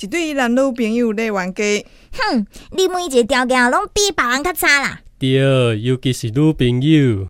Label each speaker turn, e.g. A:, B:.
A: 一对男女朋友咧冤家，
B: 哼，你每一个条件拢比别人较差啦。
C: 对，尤其是女朋友。